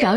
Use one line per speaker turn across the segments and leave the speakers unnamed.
扰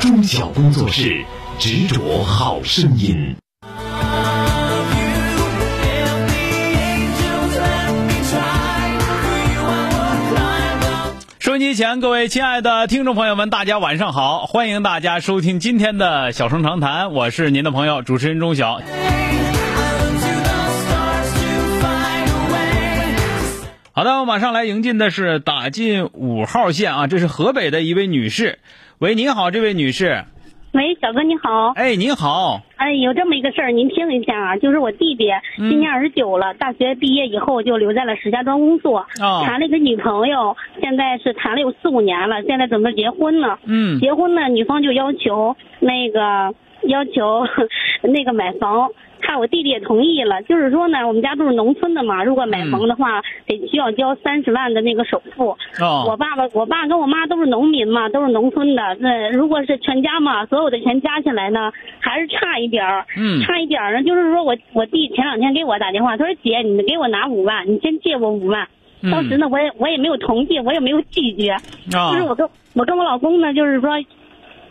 中小工作室执着好声音。
收音机前，各位亲爱的听众朋友们，大家晚上好！欢迎大家收听今天的《小声长谈》，我是您的朋友主持人钟晓。好的，我马上来迎进的是打进五号线啊，这是河北的一位女士。喂，您好，这位女士。
喂，小哥你好，
哎，您好。
哎，有这么一个事儿，您听一下啊，就是我弟弟
嗯
今年二十九了，大学毕业以后就留在了石家庄工作，
哦
谈了一个女朋友，现在是谈了有四五年了，现在准备结婚呢。
嗯
结婚呢，女方就要求那个要求 那个买房，看我弟弟也同意了。就是说呢，我们家都是农村的嘛，如果
嗯
买房的话，得需要交三十万的那个首付。我
哦
爸爸，我爸跟我妈都是农民嘛，都是农村的。那如果是全家嘛，所有的钱加起来呢，还是差一点儿。
嗯
差一点儿呢，就是说我我弟前两天给我打电话，他说姐，你给我拿五万，你先借我五万。
嗯
当时呢，我也我也没有同意，我也没有拒绝。
啊
就是我跟我跟我老公呢，就是说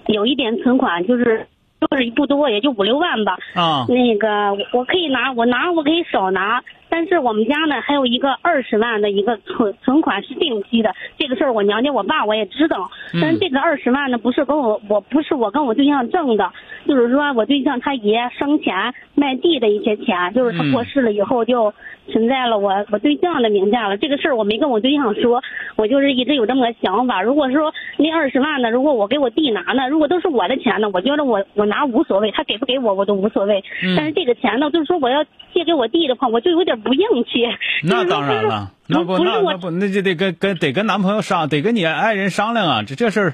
有一点存款，就是就是不多，也就五六万吧。
啊
那个我可以拿，我拿我可以少拿，但是我们家呢还有一个二十万的一个存存款是定期的，这个事儿我娘家我爸我也知道，
嗯
但是这个二十万呢不是跟我我不是我跟我对象挣的，就是说我对象他爷生前卖地的一些钱，就是他
嗯
过世了以后就存在了我我对象的名下了，这个事儿我没跟我对象说，我就是一直有这么个想法，如果说那二十万呢，如果我给我弟拿呢，如果都是我的钱呢，我觉得我我拿无所谓，他给不给我我都无所谓，
嗯
但是这个钱呢，就是说我要借给我弟的话，我就有点不硬气。
那当然了，
就
那
是
不
不是
那
我
那不那就得跟跟得跟男朋友商，得跟你爱人商量啊。这这事儿，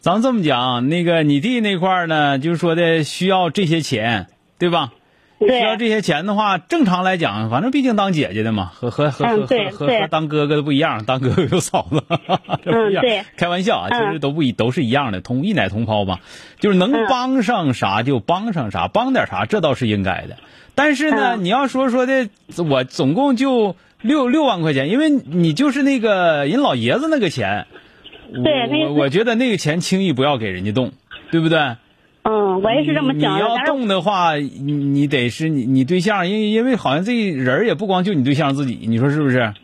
咱这么讲，那个你弟那块儿呢，就是说的需要这些钱，对吧？需要这
对
些钱的话，正常来讲，反正毕竟当姐姐的嘛，和和和和
嗯
和
对
和
对
和当哥哥的不一样，当哥哥有嫂子， 这不一样
嗯对。
开玩笑啊，其实
嗯
都不一都是一样的，同一奶同胞嘛，就是能
嗯
帮上啥就帮上啥，帮点啥这倒是应该的。但是呢，
嗯
你要说说的，我总共就六六万块钱，因为你就是那个人老爷子那个钱，
对那
我
个
我觉得那个钱轻易不要给人家动，对不对？
嗯，我也是这么想
你
的。
要
但是
动的话，你你得是你你对象，因为因为好像这人儿也不光就你对象自己，你说是不是？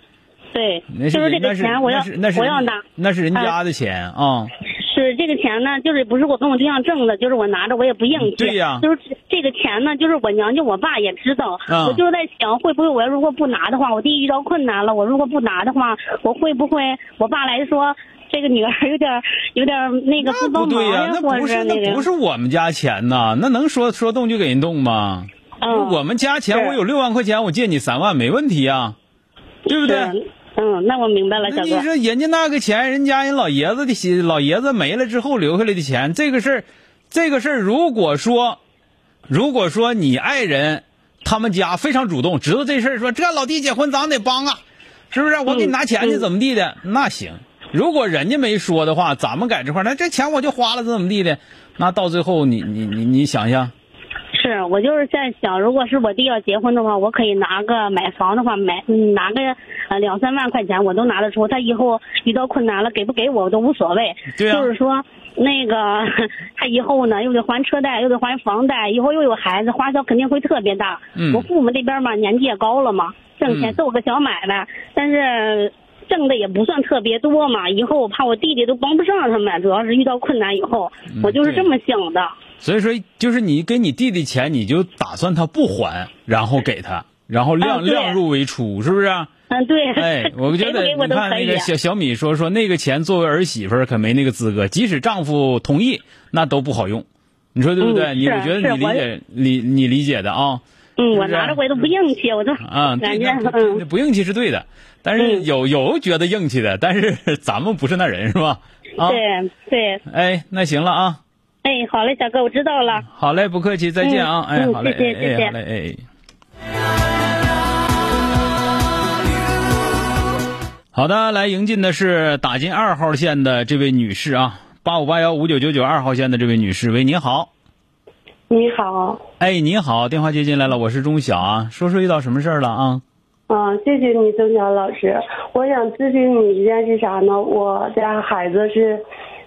对，
那是
就是
那
这个
是
钱我要
那是那是
我要拿，
那是人家的钱啊。
是这个钱呢，就是不是我跟我对象挣的，就是我拿着我也不硬
嗯
气。
对呀
就是这个钱呢，就是我娘家我爸也知道。
嗯
我就是在想，会不会我如果不拿的话，我弟遇到困难了，我如果不拿的话，我会不会我爸来说这个女儿有点儿有点儿那个
那
帮忙
对呀、
呀，
那
或
不
者
是
那
那
个
不是我们家钱呐，那能说说动就给人动吗？
嗯，
我们家钱，
是
我有六万块钱，我借你三万没问题啊，对不对？
是嗯，那我明白了，
那
小
你
哥。
说人家那个钱，人家人老爷子的钱老爷子没了之后留下来的钱，这个事儿，这个事儿，如果说，如果说你爱人他们家非常主动，知道这事儿，说这老弟结婚咱得帮啊，是不是？我给你拿钱去，
嗯
怎么地的？那行。如果人家没说的话，咱们在这块儿，那这钱我就花了，怎么地的？那到最后你，你你你想想，
是我就是在想，如果是我弟要结婚的话，我可以拿个买房的话，买嗯拿个呃两三万块钱，我都拿得出。他以后遇到困难了，给不给我都无所谓。
对啊
就是说那个他以后呢，又得还车贷，又得还房贷，以后又有孩子，花销肯定会特别大。
嗯
我父母这边嘛，年纪也高了嘛，
嗯
挣钱做个小买卖，但是。挣的也不算特别多嘛，以后我怕我弟弟都帮不上他们，主要是遇到困难以后，我就是
嗯对
这么想的。
所以说，就是你给你弟弟钱，你就打算他不还，然后给他，然后量、
嗯对
量入为出，是不是啊、
嗯，对。
哎，我觉
谁不
得
给我
你
都
看
可
那
以啊
个。小小米说说那个钱作为儿媳妇儿可没那个资格，即使丈夫同意，那都不好用。你说对不对？
嗯
你
是
我觉得
是
你理
我
解理你理解的啊
嗯，
是
我
不是
拿着我也都不硬气，我都
啊，对
感觉
那不
嗯，
不硬气是对的，但是
嗯
有有觉得硬气的，但是咱们不是那人是吧？啊
对对，
哎，那行了啊，
哎，好嘞，小哥，我知道了。
好嘞，不客气，再见啊，
嗯
哎，
嗯
好嘞，哎
谢谢谢谢
哎，好嘞，哎。好的，来迎进的是打进二号线的这位女士啊，八五八幺五九九九二号线的这位女士，喂，您好，
你好，
哎，你好，电话接进来了，我是钟晓啊，说说遇到什么事儿了啊？
啊，谢谢你，曾强老师。我想咨询你一件是啥呢？我家孩子是，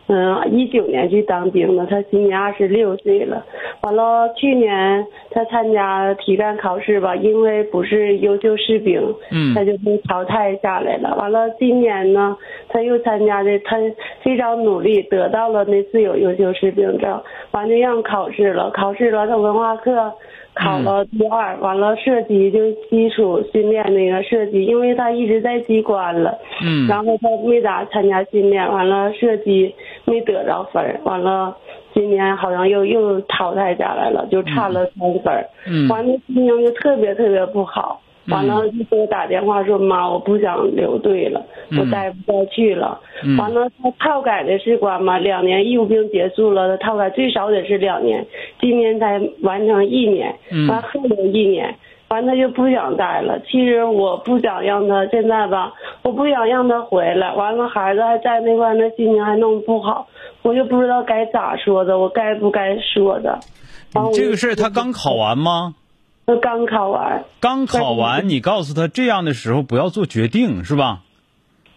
嗯，一九年去当兵的，他今年二十六岁了。完了，去年他参加体干考试吧，因为不是优秀士兵，
嗯
他就被淘汰下来了。完了，今年呢，他又参加的，他非常努力，得到了那次有优秀士兵证。完就让考试了，考试了，他文化课考了
嗯
第二，完了射击就基础训练那个射击，因为他一直在机关了，
嗯
然后他没咋参加训练，完了射击没得着分儿，完了今年好像又又淘汰下来了，就差了三分儿，
嗯
完了心情就特别特别不好。完了就给我打电话说妈，我不想留队了，我
嗯
待不下去了。
嗯
完了，他套改的士官嘛，两年义务兵结束了，他套改最少得是两年，今年才完成一年
嗯，
完后有一年，完他就不想待了。其实我不想让他现在吧，我不想让他回来。完了，孩子还在那块儿，那心情还弄不好，我就不知道该咋说的，我该不该说的。完我就
这个事儿他刚考完吗？
他刚考完，
刚考
嗯
完，你告诉他这样的时候不要做决定，是吧？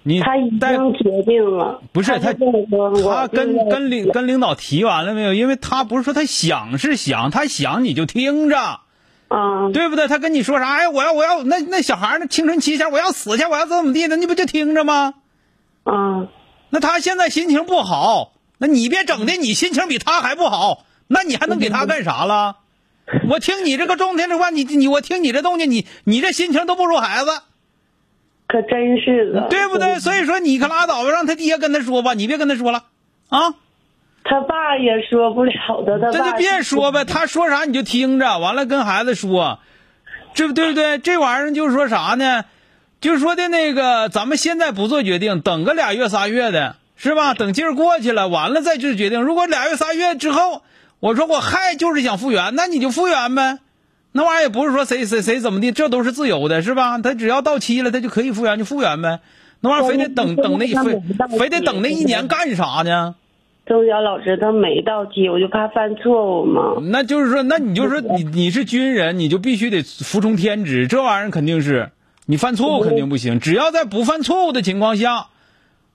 你
他已
带
经决定了，
不是
他
他
就跟我说我
他
现
跟
在
跟领跟领导提完了没有？因为他不是说他想是想，他想你就听着，
啊。
对不对？他跟你说啥？哎，我要我要那那小孩儿那青春期前我要死去，我要怎么地的，你不就听着吗？
啊
那他现在心情不好，那你别整的你心情比他还不好，那你还能给他干啥了？我听你这个动听的话，你你我听你这动静，你你这心情都不如孩子，
可真是的，
对不对？所以说你可拉倒吧，让他爹跟他说吧，你别跟他说了，啊。
他爸也说不了的，他爸
那就别说呗，他说啥你就听着，完了跟孩子说，这不对不对？这玩意儿就是说啥呢？就是说的那个，咱们现在不做决定，等个俩月仨月的，是吧？等劲儿过去了，完了再去决定。如果俩月仨月之后，我说我还就是想复原，那你就复原呗。那玩意儿也不是说谁谁谁怎么的，这都是自由的，是吧？他只要到期了，他就可以复原，就复原呗。那玩意儿非得等等那非非得等那一年干啥呢？
周晓老师他没到期，我就怕犯错误嘛。
那就是说，那你就说你你是军人，你就必须得服从天职，这玩意儿肯定是你犯错误肯定不行。只要在不犯错误的情况下，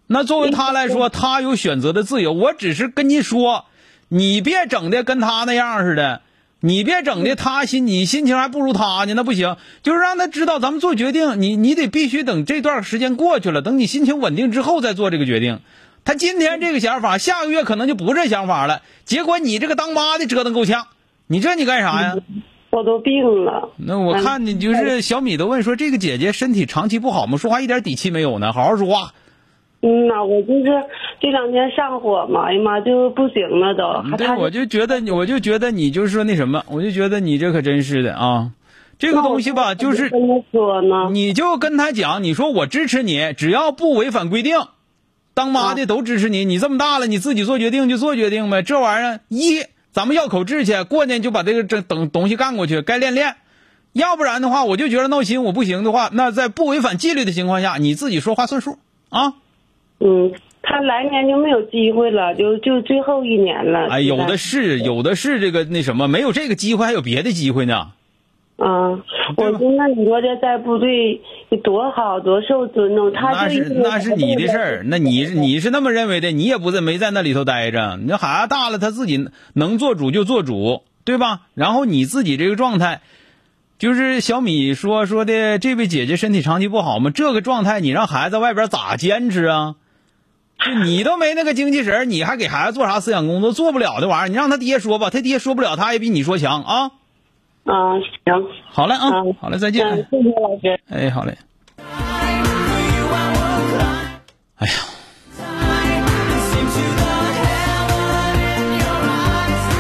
那作为他来说，他有选择的自由。我只是跟你说，你别整的跟他那样似的，你别整的他心你心情还不如他呢，那不行。就是让他知道咱们做决定，你你得必须等这段时间过去了，等你心情稳定之后再做这个决定。他今天这个想法，下个月可能就不这想法了。结果你这个当妈的折腾够呛，你这你干啥呀？
我都病了，
那我看你就是小米都问说这个姐姐身体长期不好吗？说话一点底气没有呢，好好说话。
嗯呐，我就是这两天上火嘛，哎呀妈，就不行了都。
嗯对，
他
我就觉得你，我就觉得你就是说那什么，我就觉得你这可真是的啊，这个东西吧，就是
跟他说呢，
你就跟他讲，你说我支持你，只要不违反规定，当妈的都支持你。你这么大了，你自己做决定就做决定呗。这玩意儿一，咱们要口志去，过年就把这个这等东西干过去，该练练。要不然的话，我就觉得闹心，我不行的话，那在不违反纪律的情况下，你自己说话算数啊。
嗯，他来年就没有机会了，就就最后一年了。
哎，有的是，有的是这个那什么，没有这个机会，还有别的机会呢。
啊，
对
我
吧
现在你说这在部队多好，多受尊重。他
那
就是
那是你的事
儿。
儿，那你是你是那么认为的，你也不在没在那里头待着。你这孩子大了，他自己能做主就做主，对吧？然后你自己这个状态，就是小米说说的，这位姐姐身体长期不好嘛，这个状态你让孩子在外边咋坚持啊？就你都没那个精气神儿，你还给孩子做啥思想工作？做不了的玩意儿，你让他爹说吧，他爹说不了，他也比你说强啊。
啊，行，
好嘞啊
啊，
好嘞，再见。
嗯，谢谢老师。
哎，好嘞。哎呀，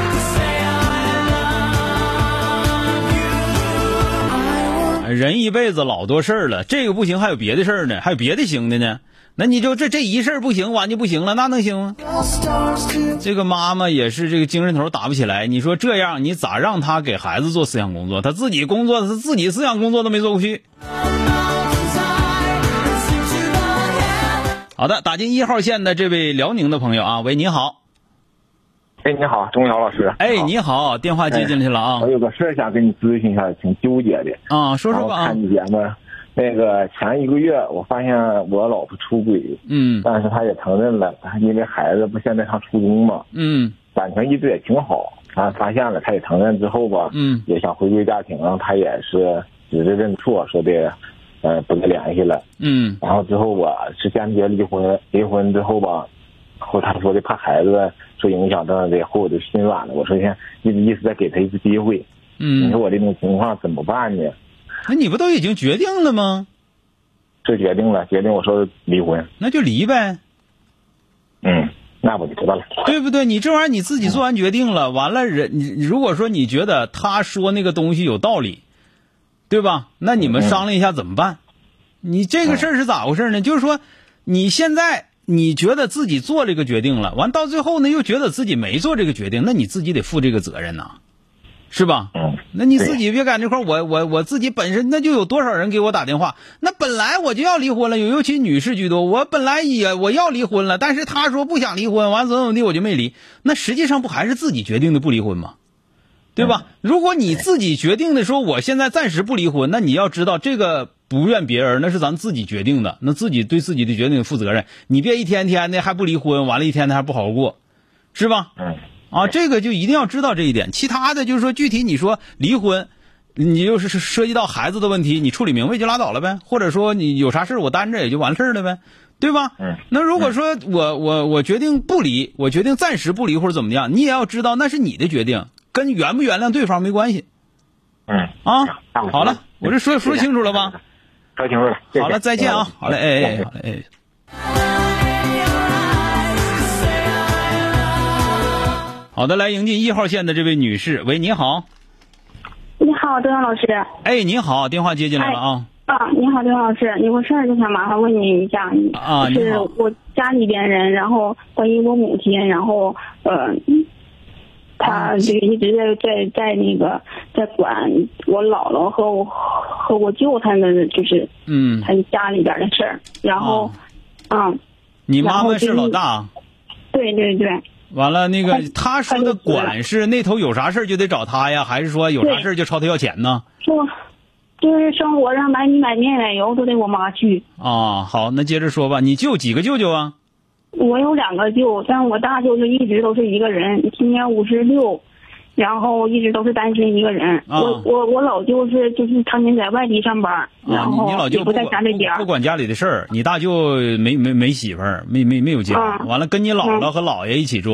啊人一辈子老多事儿了，这个不行，还有别的事儿呢，还有别的行的呢。那你就这这一事儿不行，完就不行了，那能行吗？这个妈妈也是这个精神头打不起来，你说这样你咋让她给孩子做思想工作？她自己工作，她自己思想工作都没做过去。好的，打进一号线的这位辽宁的朋友啊，喂，你好，
哎，你好，钟瑶老师。
哎，你好，电话接进去了啊
我，有个事儿想跟你咨询一下，挺纠结的。
啊，说说吧啊
然后哎看，你节目，那个前一个月我发现我老婆出轨，
嗯
但是她也承认了，因为孩子不现在上初中嘛，
嗯
感情一直也挺好。俺发现了，她也承认之后吧，
嗯
也想回归家庭，她也是只是认错，说的，嗯、不再联系了。
嗯
然后之后我是先别离婚，离婚之后吧，后他说的怕孩子受影响等等的，后我就心软了。我说现在意思意思再给他一次机会，你说
嗯，
我这种情况怎么办呢？
那你不都已经决定了吗？
这决定了，决定我说离婚。
那就离呗，
嗯，那我就知道了。
对不对？你这玩意儿你自己做完决定了，完了人你你如果说你觉得他说那个东西有道理，对吧？那你们
嗯
商量一下怎么办？你这个事儿是咋回事呢？就是说你现在你觉得自己做这个决定了，完到最后呢又觉得自己没做这个决定，那你自己得负这个责任呐、是吧？
嗯，
那你自己别赶这块儿，我我我自己本身那就有多少人给我打电话，那本来我就要离婚了，尤尤其女士居多，我本来也我要离婚了，但是她说不想离婚，完怎么怎么地我就没离，那实际上不还是自己决定的不离婚吗？对吧？如果你自己决定的说我现在暂时不离婚，那你要知道这个不怨别人，那是咱自己决定的，那自己对自己的决定负责任，你别一天天的还不离婚，完了一天天还不好好过，是吧？
嗯
啊，这个就一定要知道这一点。其他的就是说，具体你说离婚，你就是涉及到孩子的问题，你处理明白就拉倒了呗，或者说你有啥事儿我担着也就完事儿了呗，对吧？
嗯。
那如果说我我我决定不离，我决定暂时不离或者怎么样，你也要知道那是你的决定，跟原不原谅对方没关系
嗯，
啊
那我。知道
好了，我这说说清楚了吧？？
说清楚了。谢谢嗯
好了，再见啊！好嘞，哎哎，好嘞，哎。好的，来迎进一号线的这位女士，喂，你好，
你好，周阳老师。
哎，你好，电话接进来了啊，
啊，你好，刘老师，有个事儿就想麻烦问你一下，
啊
就
你
是
好
我家里边人，然后关于我母亲，然后呃，
啊
她这个一直在在在那个在管我姥姥和我和我舅他们，就是
嗯，
他们家里边的事儿，然后，嗯，
啊你妈妈是老大，
对对对，
完了那个
快
她说的管是那头有啥事儿就得找她呀，还是说有啥事儿就朝她要钱呢？
说就是生活上买米买面奶油都得我妈去，
啊，好，那接着说吧，你舅几个舅舅啊？
我有两个舅，但我大舅就一直都是一个人，今年五十六，然后一直都是单身一个人。
啊
我我我老舅是就是常年在外地上班，然
啊，你
后
你老
也
舅
不在
管
咱这边
不。不管家里的事儿，你大舅没没没媳妇儿，没没没有结婚，
嗯
完了跟你姥姥和姥爷一起住，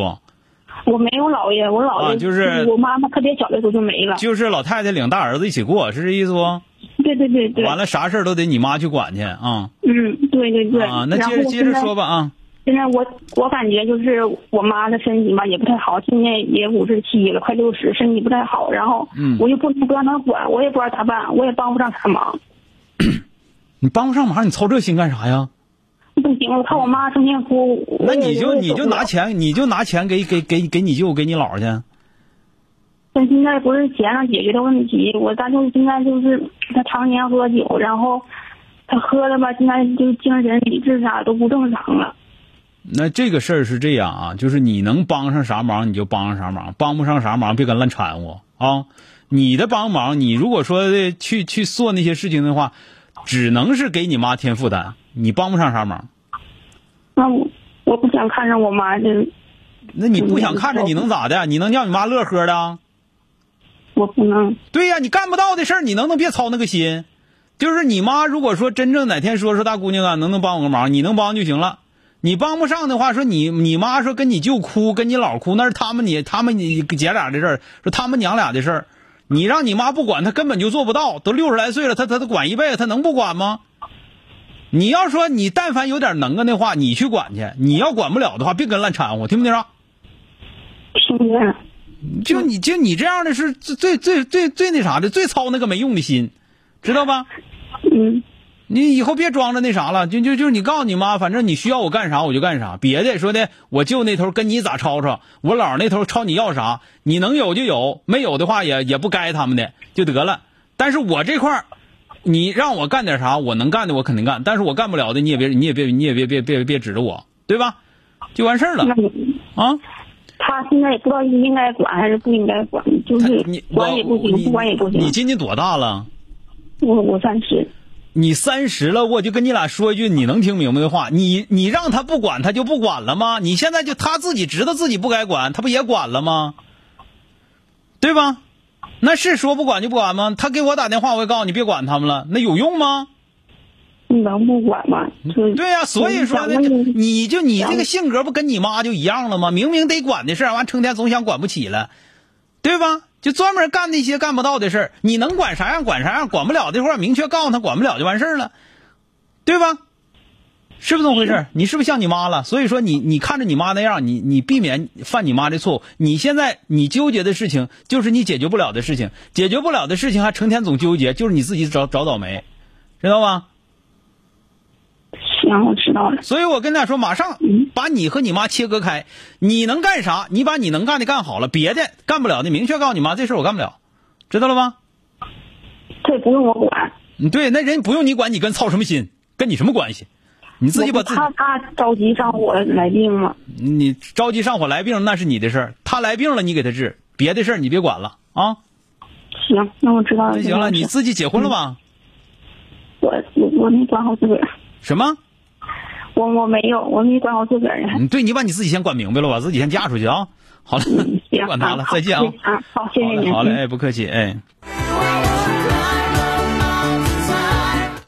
我没有姥爷，我姥爷、
啊就是
我妈妈特别小的时候就没了。
就是老太太领大儿子一起过，是这意思不？
对对对对，
完了啥事儿都得你妈去管去啊、
嗯，对对对。
啊！那
然后
接着接
现
着
在
说吧啊，
现在我我感觉就是我妈的身体吧也不太好，今年也五十七了，快六十，身体不太好。然后
嗯
我就不能不让她管，我也不知道咋办，我也帮不上啥忙。
你帮不上忙，你操这心干啥呀？
不行，我看我妈成天哭。
那
我也
你就你就拿。
我也受不了
钱，你就拿钱给给给给你舅给你姥去。
但现在不是钱上解决的问题，我大舅现在就是他常年喝酒，然后他喝的吧，现在就是精神理智啥都不正常了。
那这个事儿是这样啊，就是你能帮上啥忙你就帮上啥忙，帮不上啥忙别跟乱掺和啊。你的帮忙，你如果说的去去做那些事情的话，只能是给你妈添负担，你帮不上啥忙。
那我我不想看上我妈，就是嗯
那你不想看着你能咋的？你能让你妈乐呵的啊？
我不能。
对呀、你干不到的事儿，你能不能别操那个心？就是你妈如果说真正哪天说说大姑娘啊，能不能帮我个忙？你能帮就行了。你帮不上的话，说你你妈说跟你舅哭，跟你姥哭，那是他们你他们你姐俩的事儿，说他们娘俩的事儿。你让你妈不管，她根本就做不到。都六十来岁了，她她她管一辈子，她能不管吗？你要说你但凡有点能耐的话，你去管去。你要管不了的话，别跟乱掺和，听不听着？
听见了，
就你就你这样的是最最最最最那啥的，最操那个没用的心，知道吧？
嗯，
你以后别装着那啥了，就就就是你告诉你妈，反正你需要我干啥我就干啥，别的说的我舅那头跟你咋吵吵，我姥那头吵你要啥，你能有就有，没有的话也也不该他们的就得了。但是我这块儿，你让我干点啥，我能干的我肯定干，但是我干不了的你也别你也别你也别别别别指着我，对吧？就完事儿
那嗯
了
你
啊。
他现在也不知道是应该管还是不应该管，就
他
是
哎你我
管也不行，
你
不管也不
你
行。
今年多大了？
我我三十，
你三十了，我就跟你俩说一句你能听明白的话，你你让他不管，他就不管了吗？你现在就他自己知道自己不该管，他不也管了吗？对吧？那是说不管就不管吗？他给我打电话，我也告诉你别管他们了，那有用吗？
你能不管吗？
嗯
就是
嗯对呀、所以说
想
呢，
问你
你就你这个性格不跟你妈就一样了吗？明明得管的事儿，完成天总想管不起了，对吧？就专门干那些干不到的事儿，你能管啥样管啥样，管不了的话明确告诉他管不了就完事儿了，对吧？是不是这么回事儿？你是不是像你妈了？所以说你你看着你妈那样，你你避免犯你妈的错误。你现在你纠结的事情就是你解决不了的事情，解决不了的事情还成天总纠结，就是你自己找找倒霉，知道吧？
行，我知道了。
所以我跟大家说，马上
嗯
把你和你妈切割开。你能干啥？你把你能干的干好了，别的干不了的，明确告诉你妈，这事儿我干不了，知道了吗？
他也不用我管，
嗯对，那人不用你管，你跟操什么心？跟你什么关系？你自己把
我
自己
怕他着急上火来病嘛。
你着急上火来病那是你的事儿，他来病了你给他治，别的事儿你别管了啊。
行，那我知道了。嗯
那行了，你
这个事
自己结婚了吧？
我我我没管好自个儿，
什么？
我我没有，我没管好自个儿呢。
嗯，对，你把你自己先管明白了，把自己先嫁出去啊。好了，别
行，
管他了
啊，
再见啊。
好啊，好，谢谢
好嘞，
您。
好嘞，
嗯
哎，不客气，哎。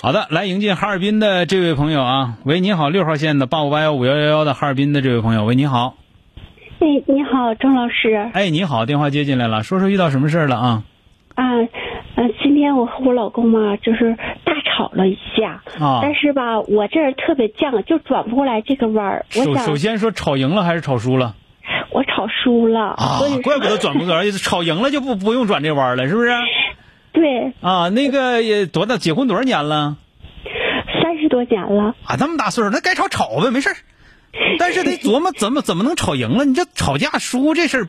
好的，来迎接哈尔滨的这位朋友啊，喂，你好，六号线的八五八幺五幺幺幺的哈尔滨的这位朋友，喂，你好，
哎，你好，钟老师。
哎，你好，电话接进来了，说说遇到什么事儿了啊？
啊，嗯、今天我和我老公嘛，就是大吵了一架。
啊
但是吧，我这人特别犟，就转不过来这个弯儿。我
首
想
首，先说吵赢了还是吵输了
我吵输了。
啊
所以说？
怪不得转不过来，吵赢了就不不用转这弯儿了，是不 是？
对，
啊，那个也多大结婚多少年了？
三十多年了。
啊，这么大岁数，那该吵吵呗，没事儿。但是得琢磨怎么怎么能吵赢了，你这吵架输这事儿，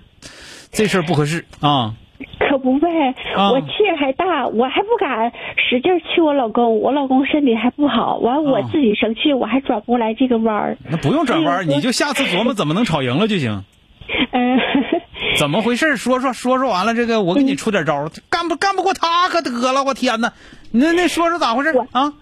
这事儿不合适啊。
可不呗，
啊
我气儿还大，我还不敢使劲儿气我老公，我老公身体还不好，完我
啊
自己生气，我还转不过来这个弯儿。
那不用转弯儿，
哎呦
你就下次琢磨怎么能吵赢了就行。
嗯，
怎么回事？说说说说完了，这个我给你出点招儿，干不干不过他可得了，我天哪！那那说说咋回事
我
啊？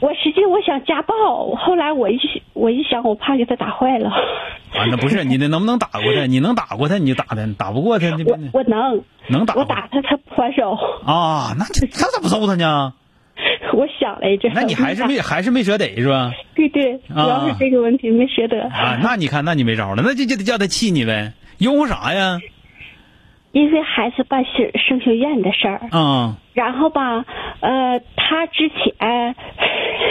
我实际我想家暴，后来我一我一想，我怕给他打坏了。
啊，那不是你那能不能打过他？你能打过他你就打他，你打不过他那
我
边
我能，
能嗯打过
我打他，他不还手。
啊？那这他咋不揍他呢？
我想了一阵，
那你还是没还是没舍得是吧？
对对，主要是这个问题没舍得
啊，那你看那你没招儿了，那就就得叫他气你呗，拥护啥呀？
因为孩子办事升学院的事儿，
啊、
然后吧，呃，他之前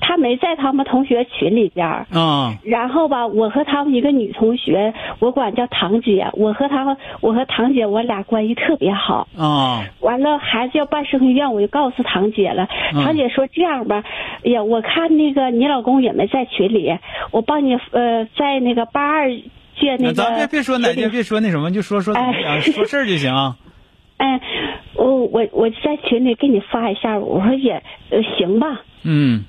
他没在他们同学群里边儿。
啊、
然后吧，我和他们一个女同学，我管叫堂姐。我和她，我和堂姐，我俩关系特别好。
啊、
完了，孩子要办升学院，我就告诉堂姐了。
嗯
堂姐说这样吧，哎呀，我看那个你老公也没在群里，我帮你呃，在那个八二届那个，
咱别别说哪件，别说那什么，就说说怎么样，
哎
说事儿就行啊。
哎，我我我在群里给你发一下，我说也、呃、行吧。
嗯，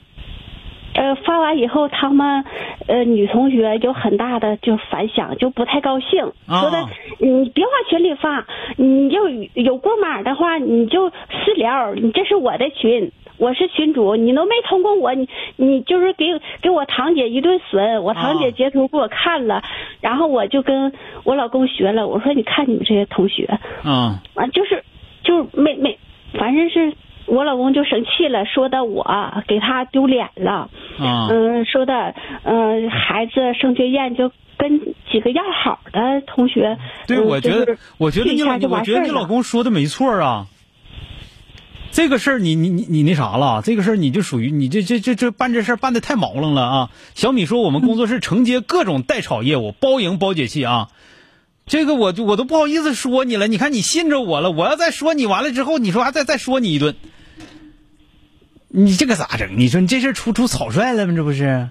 呃，发完以后，他们呃女同学有很大的就反响，就不太高兴，
啊
说的你别往群里发，你就有过码的话你就呃私聊，你这是我的群，我是群主，你都没通过我，你你就是给给我堂姐一顿损，我堂
啊
姐截图给我看了，然后我就跟我老公学了，我说你看你们这些同学，
啊、
完就是就是没没，反正是我老公就生气了，说的我给他丢脸了。
啊、
嗯，说的，嗯、孩子升学宴就跟几个要好的同学，
对，
嗯
我觉
就
得
是，
我觉得
聚一
你老
下就，
我
完
觉
事
得
儿
你老
了。
公说的没错啊。这个事儿，你你你你那啥了？这个事儿你就属于你这这这这办这事儿办的太毛愣了啊！小米说，我们工作室承接各种代炒业务，包赢包解气啊。这个我就我都不好意思说你了，你看你信着我了，我要再说你完了之后，你说还再再说你一顿，你这可咋整？你说你这事儿出出草率了吗？这不是？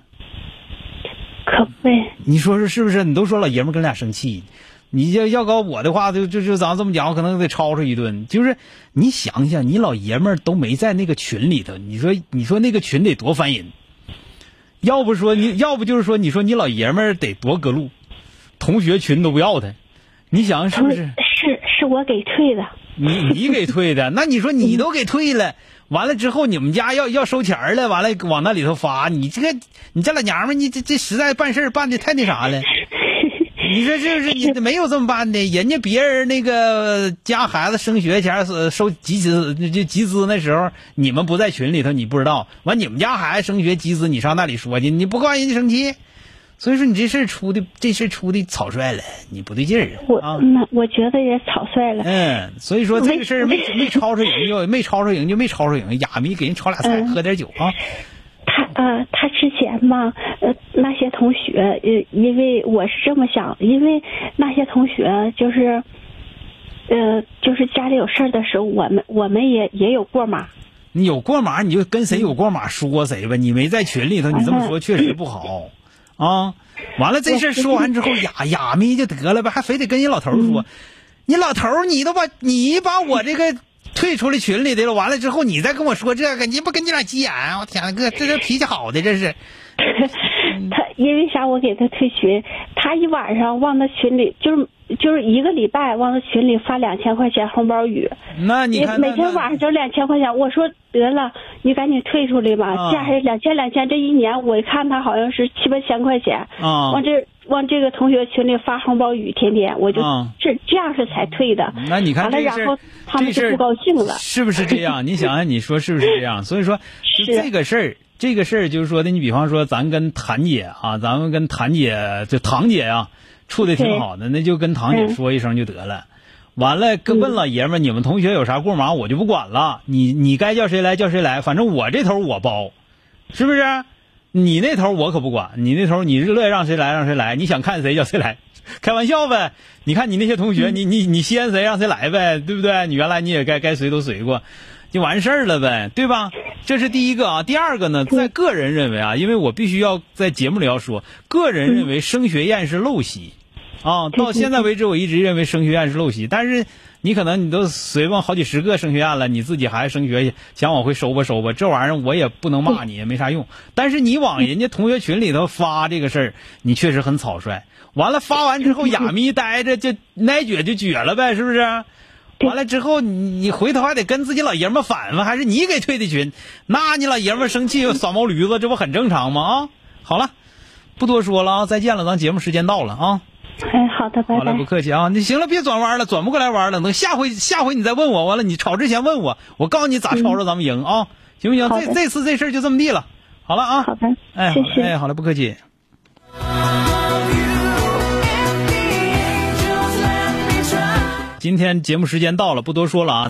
可不呗。
你说说是不是？你都说老爷们儿跟俩生气，你要要搞我的话，就就就咱这么讲，我可能得吵吵一顿。就是你想想，你老爷们儿都没在那个群里头，你说你说那个群得多烦人。要不说你，要不就是说你说你老爷们儿得多隔路，同学群都不要他，你想是不是？
是是我给退的。
你你给退的，那你说你都给退了，完了之后你们家要要收钱儿了，完了往那里头发，你这个你这老娘们儿，你这这实在办事儿办的太那啥了。你说是不是？你没有这么办的，人家别人那个家孩子升学前是收集资就集资那时候，你们不在群里头，你不知道。完你们家孩子升学集资，你上那里说去，你不告人家生气。所以说你这事儿出的这事儿出的草率了，你不对劲儿
我
啊。
那我觉得也草率 了。
嗯，所以说这个事儿没没吵吵 赢就没吵吵赢就没吵吵赢，哑谜给人炒俩菜，
嗯
喝点酒啊。
他呃，他之前嘛，呃，那些同学，呃，因为我是这么想，因为那些同学就是，呃，就是家里有事儿的时候，我们我们也也有过嘛。
你有过码你就跟谁有过码说谁呗，你没在群里头，你这么说确实不好
哎
啊。完了这事儿说完之 后哑哑咪就得了呗，还非得跟人老头儿
嗯
说，你老头儿你都把你把我这个退出了群里的了，完了之后你再跟我说这个，你不跟你俩急眼？啊我天呐，哥这这脾气好的这是。嗯
他因为啥？我给他退群，他一晚上往那群里，就是就是一个礼拜往那群里发两千块钱红包雨，
那你
也
看
每
那
天晚上就两千块钱。我说得了，你赶紧退出来吧
啊，
这还是两千两千，这一年我看他好像是七八千块钱。
啊
往这往这个同学群里发红包雨，天天我就
啊
这这样是才退的。
那你看
完了，
这事
然
儿
后他们
这事
就
儿
不高兴了。
是不是这样？你想想，啊你说是不是这样？所以说，就是这个事儿，这个事儿就是说的，你比方说，咱跟谭姐啊，咱们跟谭姐就堂姐啊，处的挺好的，那就跟堂姐
嗯
说一声就得了。完了，跟问老爷们儿，你们同学有啥过忙，我就不管了。你你该叫谁来叫谁来，反正我这头我包，是不是？你那头我可不管，你那头你乐意让谁来让谁来，你想看谁叫谁来， 开玩笑呗。你看你那些同学，你你你稀罕谁让谁来呗，对不对？你原来你也该该随都随过，就完事儿了呗，对吧？这是第一个啊。第二个呢，在个人认为啊，因为我必须要在节目里要说，个人认为升学宴是陋习。啊，到现在为止，我一直认为升学院是陋习，但是你可能你都随便好几十个升学院了，你自己还升学，想往回收吧收吧，这玩意儿我也不能骂你，也没啥用。但是你往人家同学群里头发这个事儿，你确实很草率。完了发完之后，哑咪呆着就奶撅就撅了呗，是不是？完了之后，你你回头还得跟自己老爷们儿反反，还是你给退的群，那你老爷们儿生气耍毛驴子，这不很正常吗？啊，好了，不多说了啊，再见了，咱节目时间到了啊。
哎，好的，拜
好了，
拜
不。客气啊！你行了，别转弯了，转不过来弯了。等下回下回你再问我，完了你吵之前问我，我告诉你咋吵着咱们赢啊，行不行？
好的
这这次这事儿就这么地了。好了啊，
好的
哎，好
谢
了
谢
哎，好了，不客气。今天节目时间到了，不多说了啊。